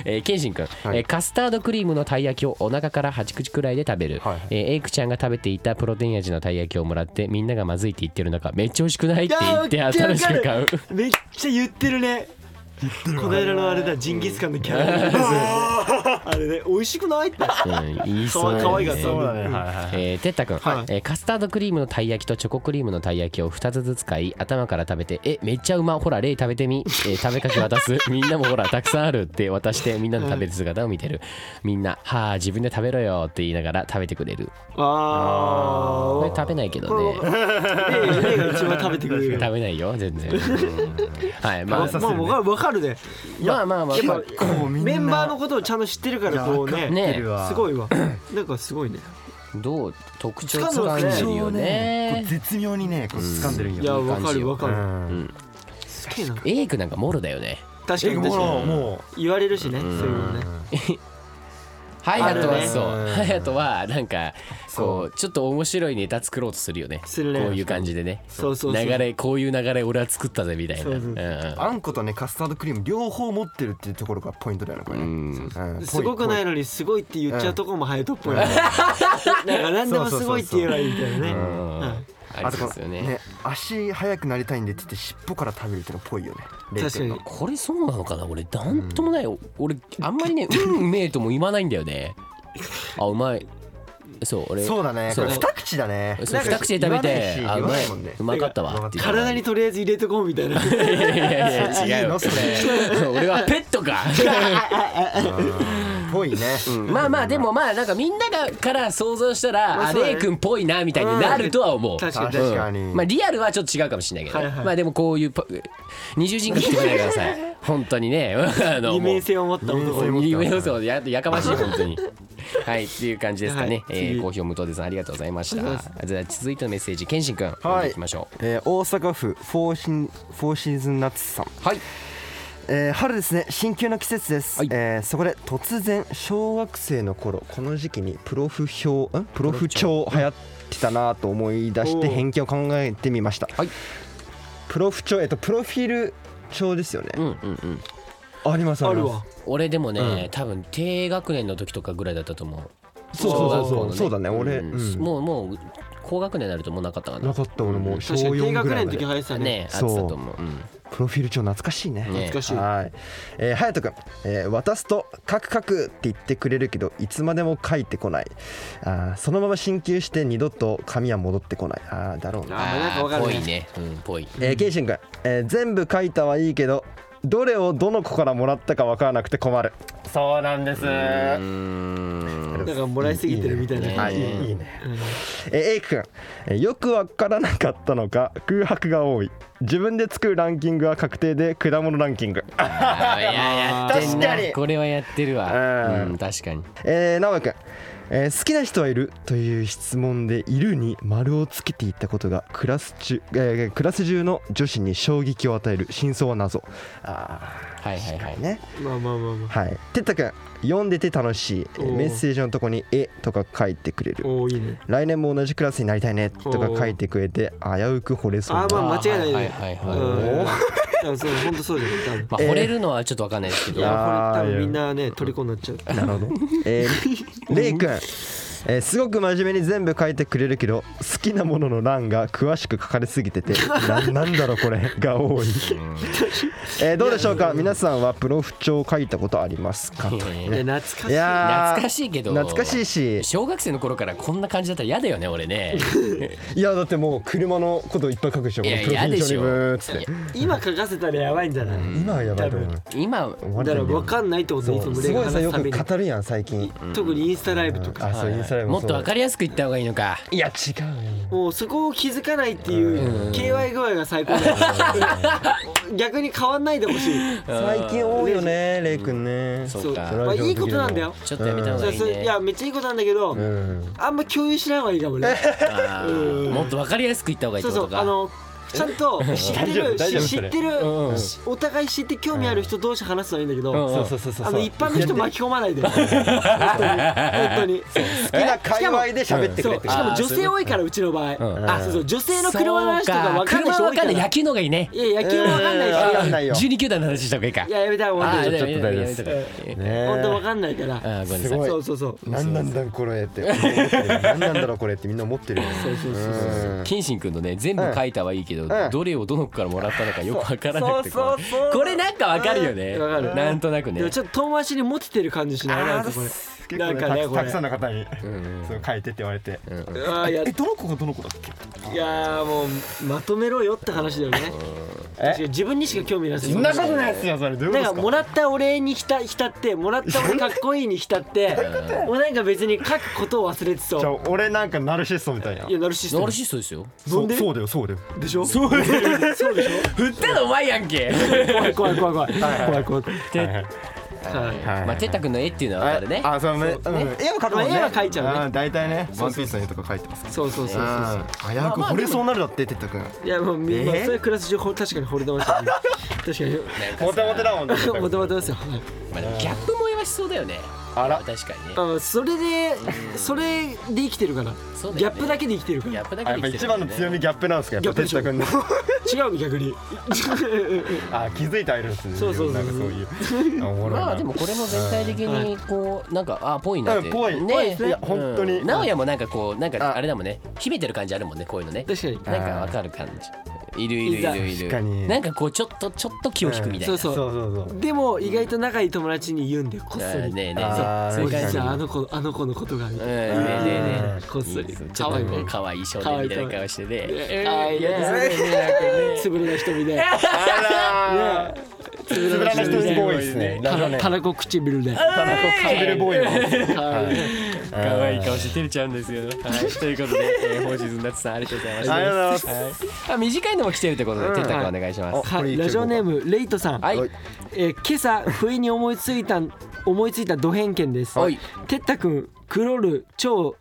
S3: えー、ケンシン君、
S2: はい
S3: えーカスタードクリームのたい焼きをお腹から8口くらいで食べる、
S2: はいはい
S3: えーエイクちゃんが食べていたプロテイン味のたい焼きをもらってみんながまずいって言ってる中めっちゃ美味しくないって言って
S1: いやー
S3: 新しく買
S1: わ
S3: う
S1: かめっちゃ言ってるねこの間のあれだジンギスカンのキャラですよねあれね美味しくないって
S3: う
S1: *laughs*
S3: ん言いそう
S1: かわい
S3: ね
S1: がった
S2: そうだねはいはい
S3: えー、てったくん、
S1: はい
S3: えーカスタードクリームのたい焼きとチョコクリームのたい焼きを2つずつ買い頭から食べて「えめっちゃうまほらレイ食べてみ」えー食べかけ
S2: *laughs*
S3: 渡すみんなもほらたくさんある」って渡してみんなの食べる姿を見てるみんな「はあ自分で食べろよ」って言いながら食べてくれる
S1: あ
S3: これ食べないけどね
S1: あレイが一番食べてくれる
S3: 食べないよ全
S1: *laughs*
S3: 然はいまあ
S1: まあ僕は分かるね
S3: まあまあまあ
S1: や
S3: ま
S1: っ
S3: あ
S1: ぱメンバーのことをちゃんと知ってるからこうね
S3: ね
S1: すごいわなんかすごいね
S3: どう特徴つかんでるよね
S2: 絶妙にねこう掴んでるんよ
S1: いや
S3: いい
S1: 分
S3: 感
S1: か
S3: じ
S1: る
S3: よ
S1: 分か
S2: う
S1: る
S2: ん
S1: すげえな
S3: エイクなんかモロだよね
S1: 確か
S2: え
S1: に
S2: も
S1: 確か
S2: うも
S1: に言われるしねそういうのね
S3: ハイアト
S1: あ
S3: は
S1: るね
S3: そう
S2: うん
S3: ハイアトはなんか
S2: そ
S3: こうちょっと面白いネタ作ろうとするよね
S1: するね
S3: こういう感じでね
S1: そうそうそう
S3: 流れこういう流れ俺は作ったぜみたいな
S1: そうそう
S3: うん
S2: あんことねカスタードクリーム両方持ってるっていうところがポイントだよねこれねうんぽい
S1: すごくないのにすごいって言っちゃうとこもハヤトっぽい *laughs* ねなんか何でもすごいって言えばいいみたいなねはい
S3: ありそうですよね
S2: 足速くなりたいんでって言って尻尾から食べるってのっぽいよね
S1: 確かに
S3: これそうなのかな俺なんともない、俺あんまりね「うんうめえ」とも言わないんだよねあうまいそう俺
S2: そうだねこ
S3: そう
S2: れ二口だね
S3: そう
S2: なんか
S3: 二口で食べて
S2: 言わ
S3: あう
S2: な
S3: ま
S2: いし言わな
S3: い
S2: いもんね
S3: うまかったわっていう
S1: 体にとりあえず入れてこうみたいな
S3: いやいやいや違うよ
S2: いいのそれ
S3: *laughs* 俺はペットか
S2: ぽいね
S3: まあまあでもまあなんかみんながから想像したら
S1: まあ
S3: あ
S1: そうだね
S3: レイ君っぽいなみたいになるとは思う
S1: 確かに
S2: 確かに
S3: うんまあリアルはちょっと違うかもしれないけどね、
S1: はいはい
S3: まあでもこういうポ *laughs* 二重人格してくれないでください本当にねあ
S1: 二
S3: のもう
S1: 面性を持った男
S3: そう夢予想ややかましい本当にはいっていう感じですかね、
S1: はい
S3: え
S1: 次
S3: ー、好評無糖ですさんありがとうございましたじゃあ続いてのメッセージ健信君
S2: はい
S3: いきましょう
S2: えー大阪府フォーシンフォーシーズンナッツさん
S3: はい
S2: えー春ですね進級の季節です、
S3: はい
S2: えーそこで突然小学生の頃この時期にプロフ表んプロフ帳流行ってたなと思い出し
S1: お
S2: て
S1: ー
S2: 偏見を考えてみました、
S3: はい
S2: プロフ帳えっとプロフィール帳ですよね、
S3: うんうんうん
S2: あります
S1: あ
S2: あり
S1: る
S2: ます
S1: わ
S3: 俺でもね、
S2: うん
S3: 多分低学年の時とかぐらいだったと思う
S2: そうそうそうそう、
S3: 小
S2: そう
S3: 学校
S2: だ
S3: の
S2: ね俺、
S3: うん
S2: うん
S3: もうもう高学年になるともうなかったかな
S2: なかった俺もう小
S1: 確かに低
S2: 4
S1: 学
S2: ぐらい
S1: 年
S2: ま
S1: の時流
S2: で
S1: 行ってたね
S3: ねあってたと思う、うん
S2: プロフィール帳懐かしいね
S3: ね
S1: 懐かしい
S2: はい、えー、隼人君、えー渡すと「カクカク」って言ってくれるけどいつまでも書いてこないあーそのまま進級して二度と紙は戻ってこないあーだろう
S1: あ
S2: な、
S1: ーなんかわかる
S3: ぽ
S1: ね
S3: いねうんぽい
S2: えー、ケイシン君、えー全部書いたはいいけどどれをどの子からもらったか分からなくて困るそうなんです
S1: *laughs* なんかもらいすぎてるみたいな
S2: は
S1: 感
S2: い
S1: じ
S2: いいねえーエイク君えーよく分からなかったのか空白が多い自分で作るランキングは確定で果物ランキング
S3: あーいややってん
S2: 確か
S3: な
S2: に
S3: これはやってるわ
S2: うん
S3: うん確かに
S2: えー、直哉君、えー好きな人はいるという質問で「いる」に丸をつけていったことがクラス中、えークラス中の女子に衝撃を与える真相は謎あ
S3: はいはいはい
S2: ーね
S1: まあまあまあまあ
S2: はい哲太君読んでて楽しいえ
S1: お
S2: ー
S1: ー
S2: メッセージのとこに「絵とか書いてくれる
S1: おおいいね
S2: 来年も同じクラスになりたいねとか書いてくれて危うく惚れそう
S1: あー
S2: な
S1: まあ間違いないね
S3: はいは
S1: う
S3: いはい
S1: ん多分そう本当そうだよ多分
S3: まあ惚れるのはちょっとわかんないですけ
S1: い
S3: ど、
S1: や
S2: あー
S1: これ多
S2: いや
S1: 分みんなね虜になっちゃう
S2: なるほど。え *laughs* ー、レイ君、えーすごく真面目に全部書いてくれるけど、好きなものの欄が詳しく書かれすぎ *laughs* てて、ななんだろうこれが多い。えーどうでしょうか。皆さんはプロフ帳書いたことありますか。と
S3: いやい
S1: え懐かしい
S2: いやー
S3: 懐かしいけど
S2: 懐かしいし、
S3: 小学生の頃からこんな感じだったら嫌だよね
S2: *laughs*
S3: 俺ね
S2: いやだってもう車のこといっぱい書くでしょ。
S3: いや
S2: このプロフィール帳に
S3: 嫌でしょ
S2: ブーっつって。
S1: 今書かせたらやばいんじゃない
S2: 今はやばいと思う。
S3: 今
S2: 思わ
S1: だ
S2: れ
S1: から
S2: てんだよ
S1: 分かんないってことねいつ
S2: そう
S1: も
S2: す
S1: 例
S2: ご
S1: が
S2: いさ
S1: 話
S2: よ
S1: すた
S2: く
S1: めに
S2: 語るやん最近。
S1: 特にインスタライブとか
S2: あ、そうインスタライブ
S3: もっとわ
S2: 分
S3: かりやすく言った方がいいのか
S2: いや違うよ。
S1: もうそこを気づかないっていう KY 具合が最高
S2: *laughs*
S1: だよ逆に変わんないでほしい
S2: 最近多いよね、レイ君ね。
S3: そう
S1: そう
S3: か
S1: まあいいことなんだよ
S3: ちょっとやめた方
S1: そ
S3: が
S1: う
S3: いい
S1: そうい
S3: ね
S1: やめっちゃいいことなんだけど
S2: うん。
S1: あんま共有しない方がいいかもね
S3: あーもっとわかりやすく言った方がいいっ
S1: そう
S3: てこ
S1: そ
S3: と
S1: うあ
S3: か
S1: のちゃんと知って
S2: *laughs* 大丈夫
S1: る
S2: 大丈夫
S1: し知
S2: そ
S1: っ
S2: れ
S1: てる
S2: ん
S1: しお互い知って興味ある人同士話すのはいいんだけ
S3: うん
S1: ど
S2: そうそうそうそう。
S1: あの一般の人巻き込ま
S2: *laughs*
S1: ないで本当に本当に
S2: 好きな界隈で喋ってく
S1: そ
S2: れ
S1: う
S2: て
S1: し
S2: る。
S1: かも女性多いからうちの場合、
S3: ん
S1: あそうそう女性の車の話とか分かんない
S3: そ
S1: 人多
S3: う車わ
S1: い
S3: か
S1: から
S3: んない野球の方がいいね
S1: いや野球も分かんないし、
S2: わかんないよ。
S3: 12球団の話した方がいいか
S1: いややめた方
S3: あ
S1: がい
S3: ー
S1: い
S2: ちょっと大丈夫です
S3: やめた方がいい
S2: ね
S1: 本当分かんないから、
S3: あーごめん
S2: す
S3: なさい
S2: ごい
S1: そうそうそう
S2: 何なんだこれ
S1: *laughs*
S2: って。何なんだろうこれってみんな思ってるよね。
S1: そうそうそう
S2: うん
S3: 謙信君のね全部書いたはいいけど、
S2: ん
S3: どれをどの子からもらったのかよくわからなくて
S2: そうそうそう
S3: これなんかわかるよね、
S1: うんわかる
S3: なんとなくね
S1: でもちょっと遠回しに持ててる感じしないなんかこれ
S2: 結構
S1: なんかね
S2: た
S1: こ
S2: く
S1: れ
S2: たくさんの方にそう書いてって言われて。
S1: あーや
S2: えどの子がどの子だっけ？
S1: いやーもうまとめろよって話だよね確かに自分にしか興味ないです
S2: そんなことないですよそれどういうこ
S1: なん
S2: と
S1: か
S2: です
S1: も
S2: か？
S1: らったお礼に浸浸ってもらった俺かっこいいに浸ってもうなんか別に書くことを忘れて
S2: じゃあ
S1: そ
S2: 俺なんかナルシストみたいな。
S1: ういやナルシス
S3: ナ
S1: ト
S3: ルシストですよ
S1: な
S2: そ
S1: ん
S2: う
S1: で
S2: そうだよそうだよ。
S1: でしょ *laughs* そうそうでしょ
S3: 振ったのうまいやんけ
S1: *laughs* 怖い怖い怖い怖い怖い怖い怖い
S2: はいはい
S1: はい
S2: はい
S3: まあ哲太君の絵っていうのはわかるね
S2: あ、そうね。うん絵は描くもんね。
S1: 絵は描いちゃうね
S2: ん。大体ね、ワンピースの絵とか描いてます。
S1: そうそうそうそうそう
S2: ああ、早く惚れそうになるだって、てったくん。
S1: いやもうみんな、そういうクラス中ほ確かに惚れてましたね *laughs* 確かに
S2: モテモテだもんね。
S1: *laughs* モテモテですよはい
S3: まあでもギャップ萌えはしそうだよね
S2: あら
S3: 確かにね
S1: あそれでそれで生きてるから、
S3: そうだよね
S1: ギャップだけで生きてるか
S3: ギャ
S1: ら
S3: ップだ
S2: あ
S3: け
S2: やっ
S3: で
S2: ぱ
S3: 生きて
S2: 一
S3: る
S2: 番の強みギャップなんですかやっぱ
S1: ギャ
S2: 哲太
S1: ップ
S2: 君
S1: で
S2: の
S1: し違うの逆に
S2: *laughs* あ気づいてはいるんですね
S1: そうそうそう
S2: なんかそういうあおもろいな
S3: まあでもこれも全体的にこうなんかあぽいなって
S2: うんぽいぽいですねいや本当に
S3: うん直哉もなんかこうなんか
S2: あ
S3: あれだもんね秘めてる感じあるもんねこういうのね
S1: 確かに
S3: なんかわかる感じいるいるいるい
S2: いざ確
S3: る
S2: かに
S3: なんかこうちょっとちょっと気を引くみたい
S1: そ
S3: な、
S1: うそう
S2: そうそうそう
S1: でも意外と仲いい友達に言うんでこっ
S3: あ
S1: そ
S3: ー
S1: り、
S3: ねえねえね
S2: あー
S3: そういう
S1: おじ
S3: 感
S1: い
S3: じ
S1: ちゃんあの子あの子のことがみたいな、
S3: うんねえねえねえ
S1: こっそり
S3: いいです
S1: かわいい
S3: ちょっとこう
S1: 子
S3: 可愛い少年みたいな顔してね
S1: えーいやつぶれな瞳で
S2: あらつぶらな人にボーイですねなんかね
S1: たたらこ唇で
S2: 田中唇ボーイ
S1: かわいい
S3: 可愛い顔して照れちゃうんですよ。はい、ということで、えー、本日の夏さんありがとうございました。
S2: ありがとうございます
S3: あ短いのも来てるってことで、
S2: うん
S3: てんたくんお願いします。
S2: こ
S1: は
S2: れ
S1: い、
S2: 一応
S1: ラジオネームレイトさん、
S3: はい、
S2: はい
S1: えー今朝不意に思いついた *laughs* 思いついたド偏見です
S3: はい
S1: てったくんクロール超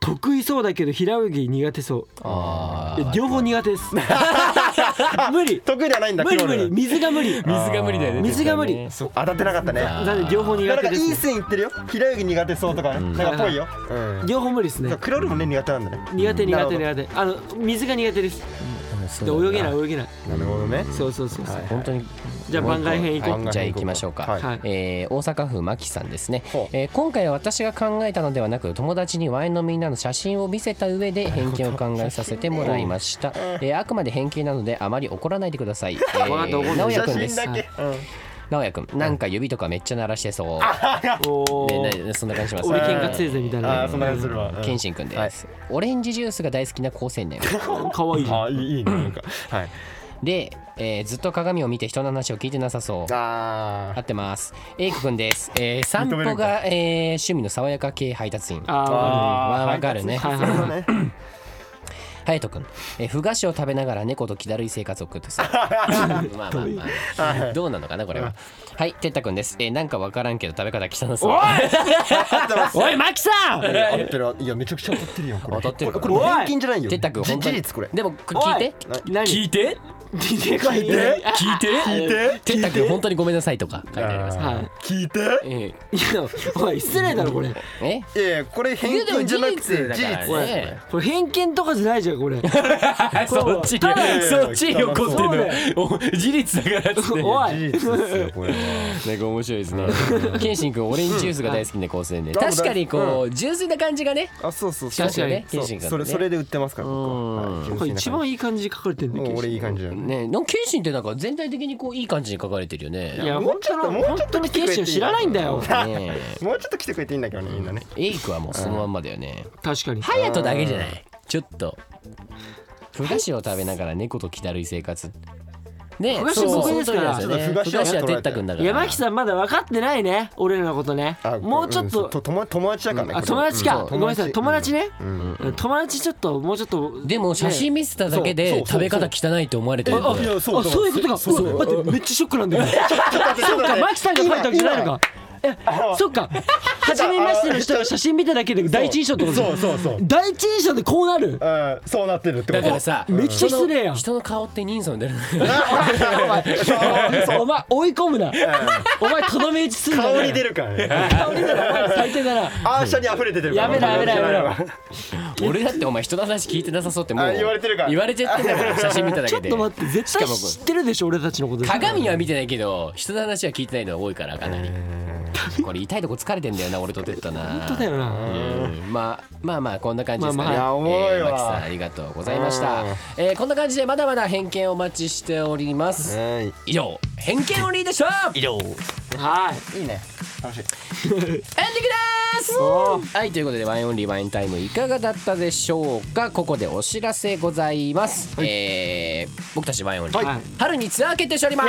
S1: 得意そうだけど平泳ぎ苦手そう
S3: あ
S1: い
S3: ー
S1: や両方苦手です *laughs* 無理
S2: 得意では *laughs* ないんだ
S1: 無理
S2: クロ
S1: 無
S2: ール
S1: 理水が無理
S3: 水が無理だよね。
S1: 水が無理
S3: 絶対ね
S2: そう当たってなかったね
S1: なんで両方
S2: な
S1: 苦
S2: ん
S1: 手
S2: かい
S1: で
S2: い
S1: す
S2: 線いってるよ平泳ぎ苦手そうとかねなんかぽいようん
S1: 両方無理ですね
S2: クロールもね苦手なんだね
S1: 苦手苦手
S2: な
S1: 苦手あの水が苦手ですで泳げない泳げない
S2: なるほどね
S1: そうそうそうそう
S3: 本当に。
S1: じゃあ番外編行こう
S3: はいじゃあ行きましょうか。
S2: はい
S1: はい
S3: えー大阪府牧さんですね
S2: ほう、
S3: えー今回は私が考えたのではなく友達にワインのみんなの写真を見せた上で偏見を考えさせてもらいました、えーあくまで偏見なのであまり怒らないでください、えー、
S1: わかった怒んない
S3: 直哉
S2: 写
S3: くん
S2: 真
S3: です
S2: だけうん
S3: 直哉くんなんか指とかめっちゃ鳴らしてそう
S1: お
S3: ね
S1: ー
S3: なそんな感じします
S1: 俺喧嘩せいぜみたい
S2: あ
S1: な
S2: ーそんな感じするわうん
S3: 健信くんです、オレンジジュースが大好きな高青年
S1: かわいい
S2: あいいいいねなんかはい
S3: で、えーずっと鏡を見て人の話を聞いてなさそう
S2: あ
S3: 合ってます A くんです、えー散
S2: 認め
S3: 歩
S2: るん
S3: が、えー趣味の爽やか系配達員
S1: あ
S3: わ
S2: あ
S3: わかるね
S2: はいはいはい
S3: 隼人君、えー、ふ菓子を食べながら猫と気だるい生活を送って
S2: *laughs*
S3: さまあまあまあどうなのかなこれははい哲太君です、えーなんかわからんけど食べ方汚そう
S2: 合ってます
S1: ーおいマキさん
S2: *laughs* 合ってるいやめちゃくちゃ当たってるよこれ
S3: 当たってる
S2: こ
S3: か
S2: れ
S3: ら
S2: これ
S1: おい
S2: 偏見じゃないよ
S3: 哲太君
S2: じ
S3: 本当
S2: 事
S3: に
S2: 実これ
S3: でも聞いて
S1: 何
S3: いて
S1: 聞いて聞いて
S3: 聞いて聞いて哲太君本当にごめんなさいとか書いてあります
S1: は
S2: 聞いて
S3: え
S1: いやおい失礼だろこれ
S3: ーえ
S2: いやいやこれ偏見じゃなくて事実
S3: だから
S2: これ
S3: ね
S1: これ偏見とかじゃないじゃんこれ
S3: そっち
S1: ただ
S3: そっちに怒ってん
S1: そう
S3: の
S1: だ
S3: お事実だからっつって
S1: おい
S2: 事実ですよこれ
S3: *laughs*
S2: は
S3: なんか面白いですね健信君オレンジジュースが大好きで高専で
S2: ん
S3: 確かにこう純粋な感じがね
S2: あそうそう
S3: 確かにね
S2: そう
S3: 謙信君ね
S2: それそれで売ってますからここはい
S1: これ一番いい感じに書かれてるんだ
S2: もう俺
S1: け
S2: いい感じだよね
S3: ねなんか謙信ってなんか全体的にこういい感じに書かれてるよ
S1: どい
S3: ね
S1: や
S2: も
S1: 本
S2: うちょっ
S1: 当
S2: と
S1: の
S2: もうちょ
S1: 本
S2: っと
S1: 当のケーシを知らないんだよ
S3: ねえ
S2: もうちょっと来てくれていいんだけ *laughs* どねみんなね
S3: エイクはもうそのまんまだよね
S1: 確かに
S3: 隼人だけじゃないちょっとふ菓子を食べながら猫と気だるい生活ね
S1: ふ菓子
S3: そう
S1: 僕ですから
S3: そうなんですよ
S2: ち
S3: ね
S2: ょっとふ菓子
S3: ふ菓子は
S2: は
S3: 哲太君だから
S1: 山木さんまだ分かってないね俺らのことね
S2: あ
S1: もうちょっ
S2: ん
S1: と
S2: 友友達だからねこ
S1: あ
S2: れ
S1: 友達か
S2: う
S1: ごめ
S2: ん
S1: んなさい友達ね
S2: うん
S1: 友達ちょっともうちょっと
S3: でも写真見せただけ
S2: そう
S3: で
S2: そう
S3: 食べ方汚いと思われてる
S2: あい
S3: よ
S2: やそう
S1: あそういうことか
S2: そう
S1: うわ待ってめっちゃショックなんだ
S2: *laughs*
S1: よそっかマキさんが書いたわけじゃないのかえそっか初めましての人が写真見ただけで第一印象ってこと
S2: そうそうそう
S1: 第一印象でこうなる
S2: うんそうなってるってこ
S3: だ
S2: と
S3: からさ
S1: めっちゃ失礼やん
S3: 人の顔って人相に出るのよ
S1: *laughs* お前追い込むなお前とどめ打ちすんな
S2: 顔に出るからね
S1: 香りだなお前最低だな
S2: アーシャに溢れててるから
S1: やめろやめろやめろ
S3: 俺だってお前人の話聞いてなさそうってもう
S2: あ言われてるから
S3: 言われちゃってん
S2: *laughs*
S3: だから写真見ただ
S1: ちょ
S3: け
S1: っ
S3: で
S1: と待って絶対
S3: しかもこう
S1: 知ってるでしょ俺たちのこと
S3: 鏡は見てないけど人の話は聞いてないのが多いからかなりこれ痛いとこ疲れてんだよな俺とてったな
S1: 本当だよな
S3: うんまあまあまあこんな感じですかね、
S1: まあ
S2: まあいやおもろいわ
S3: えー、マキさんありがとうございました
S2: うん、
S3: えー、こんな感じでまだまだ偏見お待ちしております、
S2: はい
S3: 以上偏見オンリーでした以上エンディング
S1: はい
S2: いいね楽しい
S3: ですはいということでワインオンリーワインタイムいかがだったでしょうかここでお知らせございます、えー、僕たちワインオンリー、
S1: はい
S3: 春にツアー決定しております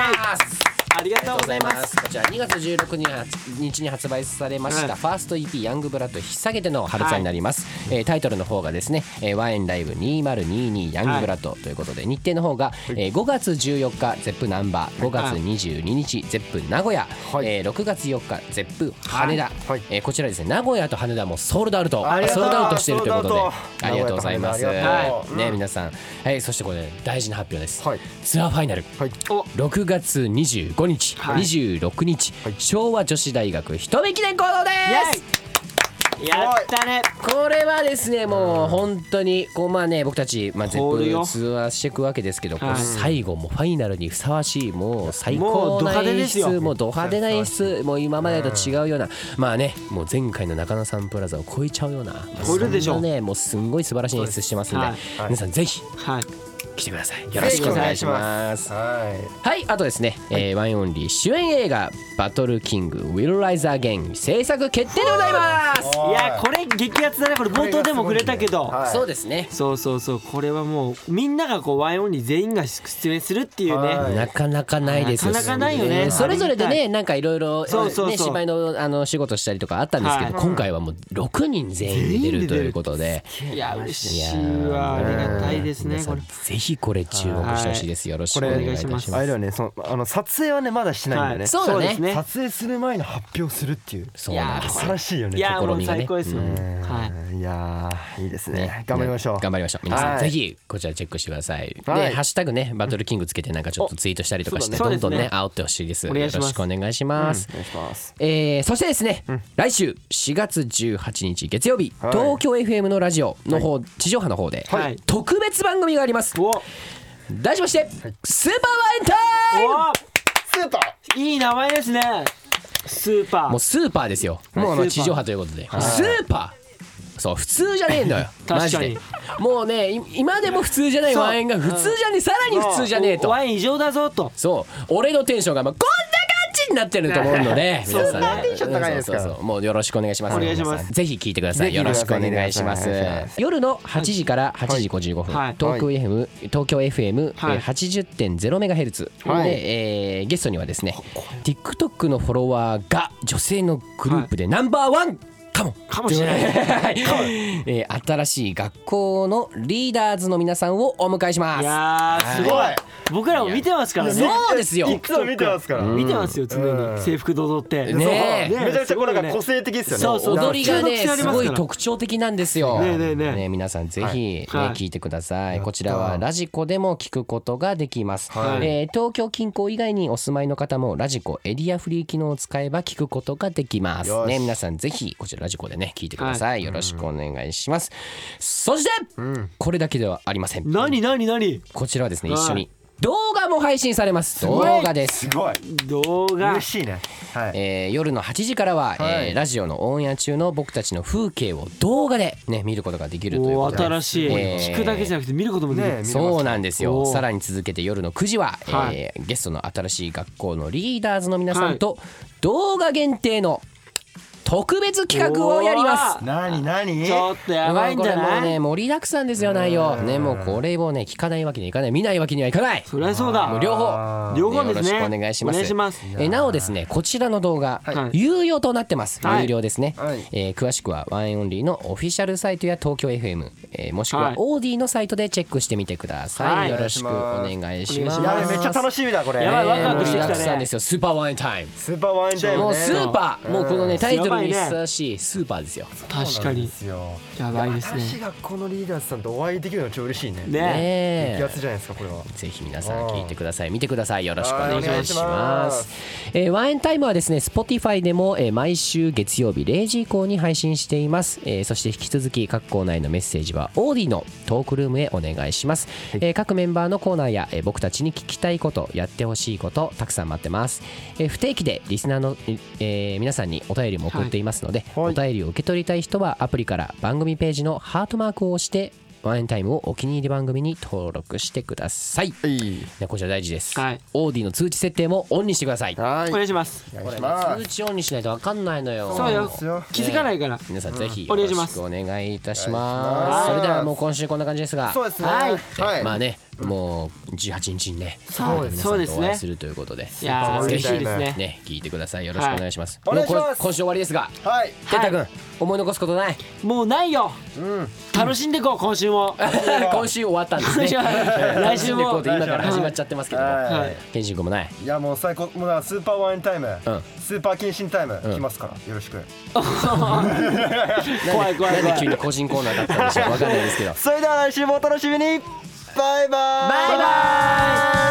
S1: ありがとうございます
S3: こちら2月16日に発日に発売されました、
S1: はい
S3: ファースト EP「ヤングブラッド引き下げて」の春さんになります、えータイトルの方がですね「えーワインライブ2022ヤングブラッド」ということで日程の方が、えー5月14日ゼップナンバー5月22日、ゼップ名古屋、
S2: はい
S3: えー6月4日ゼップ羽田、
S2: はい
S3: えーこちらですね名古屋と羽田もソールドアウトソ
S2: ありがとう
S3: ールドアウトしているということで
S2: ソールドアウト
S3: ありがとうございます、
S2: 名古屋と羽田ありが
S3: は
S2: とう
S3: いね皆さん、はい、そしてこれ大事な発表です、
S2: はい
S3: ツアーファイナル
S2: はい
S3: 6月25 25日、
S1: はい
S3: 26日、昭和女子大学ひとめき年行動で
S1: イ
S3: す
S1: エイやったね
S3: これはですねもう本当にこうまあね僕たち、まあ、全
S1: ホール
S3: 部
S1: よ
S3: ツアーしていくわけですけど、こう
S1: はい
S3: 最後もファイナルにふさわしいもう最
S1: もう
S3: 高
S1: ド
S3: な
S1: 派手
S3: 演
S1: ですよ
S3: 出もうド派手な演出もう今までと違うような、まあねもう前回の中野サンプラザを超えちゃうような
S1: 超えるでしょ
S3: そんなねもうすんごい素晴らしい演出してますん
S1: は
S3: で、
S1: い
S2: はい
S3: 皆さんぜひ
S1: はい
S3: 来てくださいよろしくお願いします。
S2: はい
S3: はいあとですね、えーワインオンリー主演映画「バトルキング Will Rise Again」制作決定でございます
S1: いやこれ激アツだねこれ冒頭でも触れたけど、
S2: はい
S3: そうですね
S1: そうそうそうこれはもうみんながこうワインオンリー全員が出演するっていうね、
S2: はい
S3: なかなかないですよ
S1: なかなかないよね
S3: それぞれで
S1: あり
S3: ねなんかいろいろ
S1: そうそうそう
S3: ね芝居のあの仕事したりとかあったんですけど、
S1: は
S3: 今回はもう6人全員で出るということで
S1: いや嬉
S3: いや
S1: しい
S3: ー
S1: わありがたいです
S3: 皆
S1: ね
S3: さ
S1: これ
S3: んぜひこれ注目してほしいですよろしくお願いいたします
S1: こ
S2: あれだよねそのあの撮影はねまだしないんだよね、
S1: はい
S3: そうだ
S1: そう
S3: ね
S1: ですね
S2: 撮影する前に発表するっていう
S3: そうなんです
S2: 素晴らしいよね
S1: いや
S3: 試
S1: もう
S3: みがね
S1: 最高ですよね、はい
S2: いやーいいですね
S3: ね
S2: 頑張りましょう
S3: 頑張りましょう皆さ
S2: は
S3: ん
S2: い
S3: ぜひこちらチェックしてくださいで
S2: はい
S3: ハッシュタグねバトルキングつけてなんかちょっとツイートしたりとかして
S1: おそうだ
S3: どん
S1: ね
S3: どん
S1: そ
S3: ね
S1: うですね
S3: 煽ってほしいです
S1: お
S3: よ
S1: 願
S3: ろ
S1: いします
S3: しくお願いします
S2: お願いします
S3: えーそしてですね、来週4月18日月曜日、
S2: はい
S3: 東京 FM のラジオの方、地上波の方で、
S1: はい
S3: 特別番組があります
S1: お
S3: 題しまして、スーパーワインタイム
S1: お
S2: スーパ
S1: いい名前ですねスーパ
S3: もう
S1: ー
S3: スーパーですよもうあの
S1: スーパー
S3: 地上波ということで、スーパーそう普通じゃねえんだよ
S1: *laughs* 確かに
S3: マジでもうねい今でも普通じゃないワインが普通じゃねえさらに普通じゃねえと
S1: ワイン異常だぞと
S3: そう俺のテンションがまあこんな感じになってると思うので
S1: *laughs*
S3: 皆さ
S2: そ
S3: ん
S2: んなテンション高いですか
S3: そうそうそうもうよろしくお願いします
S1: お願いします
S3: 皆さんぜひ聞いてくださ
S2: ぜ
S3: い
S2: ひ
S3: よろしくお願いします
S2: お願いします
S3: 夜の8時から8時55分、
S1: はい
S3: 東京 FM、東京 FM、
S1: はい
S3: えー80.0メガヘルツで、
S2: はい
S3: えーゲストにはですね TikTok のフォロワーが女性のグループでナンバーワンかも
S1: かもしれない
S3: はい、 *laughs* えー新しい学校のリーダーズの皆さんをお迎えしま
S1: い
S3: す
S1: やーすごい、
S2: はい
S1: 僕らも見てますからね
S3: そうですよ
S2: いつも見てますから、
S1: 見てますよ常
S2: うん
S1: に制服堂々って
S3: ねえ
S2: めちゃくちゃこれが個性的ですよね
S1: そうそう
S3: 踊り
S1: 中
S3: がね
S1: 毒性あり
S3: す
S1: ます
S3: ご
S1: から
S3: い特徴的なんですよ。
S1: ねえねえねえ
S3: 皆さんぜ
S2: は
S3: ひ
S2: い
S3: ね
S1: はい
S3: 聞いてくださ
S2: や
S3: い。
S2: った
S3: こちらはラジコでも聞くことができます。
S2: はい
S3: えー東京近郊以外にお住まいの方もラジコエリアフリー機能を使えば聞くことができます。
S2: よし
S3: ね皆さんぜひこちらラジコでね聞いてください。よろしくお願いします。そして、これだけではありません。
S1: 何何何
S3: こちらはですね
S1: はい
S3: 一緒に動画も配信されます。動
S2: ごい
S3: 画です。
S2: すごい
S1: 動画
S2: 嬉しいねはい
S3: えー夜の8時からは、
S2: はい
S3: えーラジオのオンエア中の僕たちの風景を動画で、ね、見ることができるというこ
S1: お
S3: とで
S1: 新しい、
S3: えー
S1: 聞くだけじゃなくて見ることもできる、
S2: ねえ見れますから
S3: そうなんですよ
S1: おー
S3: さらに続けて夜の9時は、えー
S1: はい
S3: ゲストの新しい学校のリーダーズの皆さんと動画限定の特別企画をやります。
S2: 何何
S1: ちょっとやばいんじゃ
S3: もうこ
S1: ない、
S3: れもうね盛りだくさんですよ内容ねもうこれをね聞かないわけにはいかない見ないわけにはいかない
S1: そりゃそうだ
S3: もう両
S2: あ
S3: 方
S2: ー
S1: 両方ですね
S3: よろしくお願いします
S1: お願いします
S3: えーなおですねこちらの動画、
S1: はい
S3: 有料となってます、
S1: はい
S3: 有料ですね、
S2: はい
S3: えー詳しくはワンエンオンリーのオフィシャルサイトや東京 FM、えーもしく
S1: は
S3: はいオーディのサイトでチェックしてみてください、
S1: はい
S3: よろしくお願いします
S1: お
S2: や
S1: 願い
S2: べ
S1: し
S2: めっちゃ楽
S3: し
S2: しみだこれ
S1: やばいわかん
S3: 盛
S1: ない
S3: りだくさんですよスーパーワインタイム
S2: スーパーワインタイムね
S3: もうスーパー、もうこのねタイト
S1: やば
S3: ル
S1: い
S3: に
S1: ね
S3: ふさわしいスーパーですよ
S1: 確
S2: そ
S1: か
S2: うなん
S1: に
S2: ですよ
S1: やばいです
S2: 新しい
S1: ね
S2: 学校のリーダーズさんとお会いできるの超嬉しいね
S1: ね
S3: ねえ
S2: 激アツじゃないですかこれは
S3: ぜひ皆さん聞いてください見てくださいよろしくお願
S2: はいお
S3: いし
S2: 願
S3: ま
S2: い
S3: す
S2: します
S3: えーワンエンタイムはですね Spotify でも、えー毎週月曜日0時以降に配信しています、えーそして引き続き各コーナーへのメッセージはオーディのトークルームへお願いします、えー各メンバーのコーナーや、えー僕たちに聞きたいことやってほしいことたくさん待ってます、えー不定期でリスナーの、えー皆さんにお便りも送っていますので、
S2: はい
S3: お便りを受け取りたい人はアプリから番組ページのハートマークを押してワンエンタイムをお気に入り番組に登録してください
S2: はい
S3: ね、こちら大事です、
S1: はい
S3: オーディの通知設定もオンにしてください
S2: は
S1: お
S2: い
S1: 願いします
S2: お
S3: こ
S2: 願い
S3: れ
S2: し
S3: ね
S2: ま
S3: 通
S2: す
S3: 知オンにしないと分かんないのよ
S1: そうよ
S2: ですよ
S1: 気づかないから、
S3: 皆さんぜひ
S1: お願
S3: よろ
S1: いします
S3: しくお願いいたし
S2: お願いし
S3: ま
S2: ますす
S3: それではもう今週こんな感じですが
S2: そうですね
S1: はい
S2: はい
S3: まあねもう18日にね
S1: そうです
S3: 皆さんとお
S1: そうです
S3: 会い
S1: ね
S3: するということで
S1: いやー
S3: ぜ
S1: 嬉
S3: ひ
S1: しいですね
S3: ね聞いてくださいよろしくお願いします、
S2: はい
S3: もう
S2: お願いします
S3: これ今週終わりですが
S2: はい
S3: 哲太君思い残すことない
S1: もうないよ
S2: うん
S1: 楽しんでこう今週も
S3: 今週終わったんですね
S1: 今週は *laughs* 来週も
S3: 楽しんでいこうって今から始まっちゃってますけども
S1: は
S2: はいい
S3: 健信君もない
S2: いやもう最高もうだからスーパーワインタイム、
S3: ん
S2: スーパー謹慎タイム、来ますからよろしく
S1: 怖い怖い
S3: なん
S1: 怖
S3: で急
S1: い
S3: に個人コーナーだ
S2: *laughs*
S3: ったんでしょうわかんないですけど
S2: それでは来週もお楽しみにバイバイ
S3: バイバイ